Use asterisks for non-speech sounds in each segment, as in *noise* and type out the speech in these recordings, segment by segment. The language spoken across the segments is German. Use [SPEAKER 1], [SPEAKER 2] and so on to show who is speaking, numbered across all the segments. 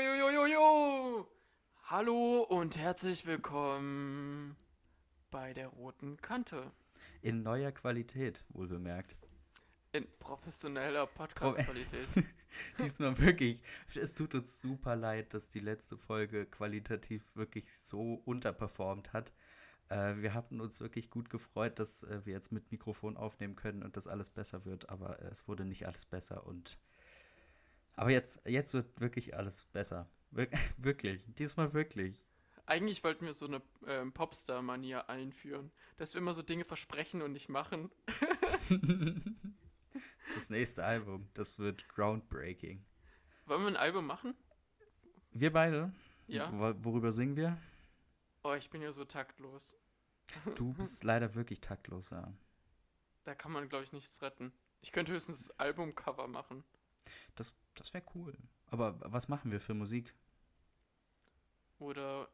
[SPEAKER 1] Jojojojojojojojojojojo! Hallo und herzlich willkommen bei der roten Kante.
[SPEAKER 2] In neuer Qualität, wohlbemerkt. *laughs*
[SPEAKER 1] In professioneller Podcast-Qualität.
[SPEAKER 2] Diesmal wirklich. Es tut uns super leid, dass die letzte Folge qualitativ wirklich so unterperformt hat. Äh, wir hatten uns wirklich gut gefreut, dass äh, wir jetzt mit Mikrofon aufnehmen können und dass alles besser wird, aber äh, es wurde nicht alles besser und. Aber jetzt, jetzt wird wirklich alles besser. Wir *laughs* wirklich. Diesmal wirklich.
[SPEAKER 1] Eigentlich wollten wir so eine ähm, Popstar-Manier einführen, dass wir immer so Dinge versprechen und nicht machen.
[SPEAKER 2] Das nächste Album, das wird groundbreaking.
[SPEAKER 1] Wollen wir ein Album machen?
[SPEAKER 2] Wir beide?
[SPEAKER 1] Ja.
[SPEAKER 2] Wo- Worüber singen wir?
[SPEAKER 1] Oh, ich bin ja so taktlos.
[SPEAKER 2] Du bist leider wirklich taktlos, ja.
[SPEAKER 1] Da kann man, glaube ich, nichts retten. Ich könnte höchstens das Albumcover machen.
[SPEAKER 2] Das, das wäre cool. Aber was machen wir für Musik?
[SPEAKER 1] Oder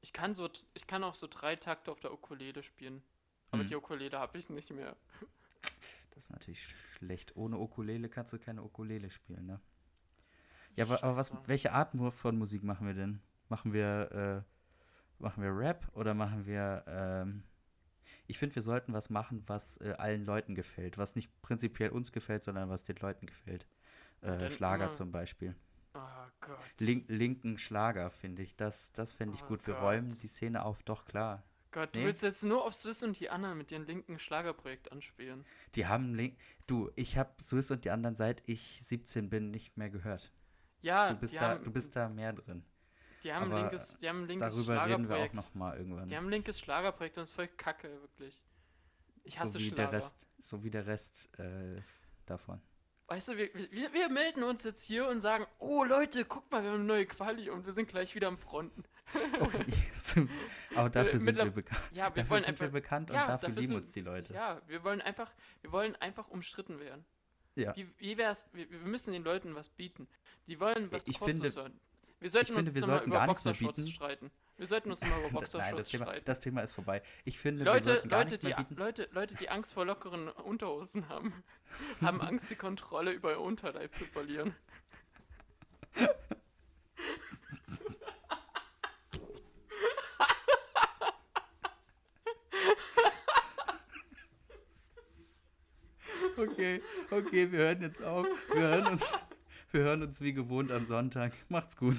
[SPEAKER 1] ich kann so, ich kann auch so drei Takte auf der Ukulele spielen. Aber
[SPEAKER 2] Mhm.
[SPEAKER 1] die Ukulele habe ich nicht mehr.
[SPEAKER 2] Das ist natürlich schlecht. Ohne Ukulele kannst du keine Ukulele spielen, ne? Ja, aber, aber was,
[SPEAKER 1] Scheiße.
[SPEAKER 2] welche Art nur von Musik machen wir denn? Machen wir, äh, machen wir Rap oder machen wir, ähm, ich finde, wir sollten was machen, was äh, allen Leuten gefällt. Was nicht prinzipiell uns gefällt, sondern was den Leuten gefällt. Äh,
[SPEAKER 1] dann
[SPEAKER 2] Schlager
[SPEAKER 1] immer-
[SPEAKER 2] zum Beispiel.
[SPEAKER 1] Oh Gott.
[SPEAKER 2] Link, linken Schlager, finde ich. Das, das fände ich
[SPEAKER 1] Oh
[SPEAKER 2] gut. Wir
[SPEAKER 1] Gott.
[SPEAKER 2] räumen die Szene auf, doch klar.
[SPEAKER 1] Gott, du
[SPEAKER 2] Nee.
[SPEAKER 1] willst jetzt nur auf Swiss und die anderen mit ihrem linken Schlagerprojekt anspielen.
[SPEAKER 2] Die haben Link. Du, ich habe Swiss und die anderen seit ich 17 bin nicht mehr gehört.
[SPEAKER 1] Ja,
[SPEAKER 2] Du bist
[SPEAKER 1] die,
[SPEAKER 2] da,
[SPEAKER 1] haben,
[SPEAKER 2] du bist da mehr drin.
[SPEAKER 1] die haben
[SPEAKER 2] aber,
[SPEAKER 1] linkes, die haben ein linkes
[SPEAKER 2] Darüber reden wir auch
[SPEAKER 1] Schlagerprojekt.
[SPEAKER 2] noch mal irgendwann.
[SPEAKER 1] Die haben ein linkes Schlagerprojekt und das ist voll Kacke, wirklich. Ich hasse
[SPEAKER 2] so wie
[SPEAKER 1] Schlager.
[SPEAKER 2] der Rest, so wie der Rest äh, davon.
[SPEAKER 1] Weißt du, wir, wir, wir melden uns jetzt hier und sagen, oh Leute, guck mal, wir haben eine neue Quali und wir sind gleich wieder am Fronten.
[SPEAKER 2] Okay. *laughs* Aber dafür sind
[SPEAKER 1] mittler-
[SPEAKER 2] wir bekannt.
[SPEAKER 1] Ja, wir
[SPEAKER 2] Dafür
[SPEAKER 1] wollen
[SPEAKER 2] sind
[SPEAKER 1] einfach.
[SPEAKER 2] wir bekannt und
[SPEAKER 1] Ja,
[SPEAKER 2] dafür
[SPEAKER 1] dafür
[SPEAKER 2] lieben
[SPEAKER 1] sind-
[SPEAKER 2] uns die Leute.
[SPEAKER 1] Ja, wir wollen einfach, wir wollen einfach umstritten werden.
[SPEAKER 2] Ja.
[SPEAKER 1] Wie, wie wär's, wir, wir müssen den Leuten was bieten. Die wollen was
[SPEAKER 2] Ich
[SPEAKER 1] Kurzes
[SPEAKER 2] finde-
[SPEAKER 1] hören. Wir sollten
[SPEAKER 2] ich finde,
[SPEAKER 1] uns
[SPEAKER 2] wir
[SPEAKER 1] noch mal
[SPEAKER 2] sollten
[SPEAKER 1] über
[SPEAKER 2] gar nichts mehr
[SPEAKER 1] Boxershorts
[SPEAKER 2] bieten.
[SPEAKER 1] streiten. Wir sollten uns noch mal über
[SPEAKER 2] *laughs* Nein, das
[SPEAKER 1] Boxershorts
[SPEAKER 2] Thema,
[SPEAKER 1] streiten.
[SPEAKER 2] das Thema ist vorbei. Ich finde, wir
[SPEAKER 1] Leute,
[SPEAKER 2] sollten gar
[SPEAKER 1] Leute
[SPEAKER 2] nichts
[SPEAKER 1] die,
[SPEAKER 2] mehr bieten.
[SPEAKER 1] Leute, Leute, die Angst vor lockeren Unterhosen haben, *laughs* haben Angst, die Kontrolle über ihr Unterleib zu verlieren.
[SPEAKER 2] Okay, okay, wir hören jetzt auf. Wir hören uns, wir hören uns wie gewohnt am Sonntag. Macht's gut.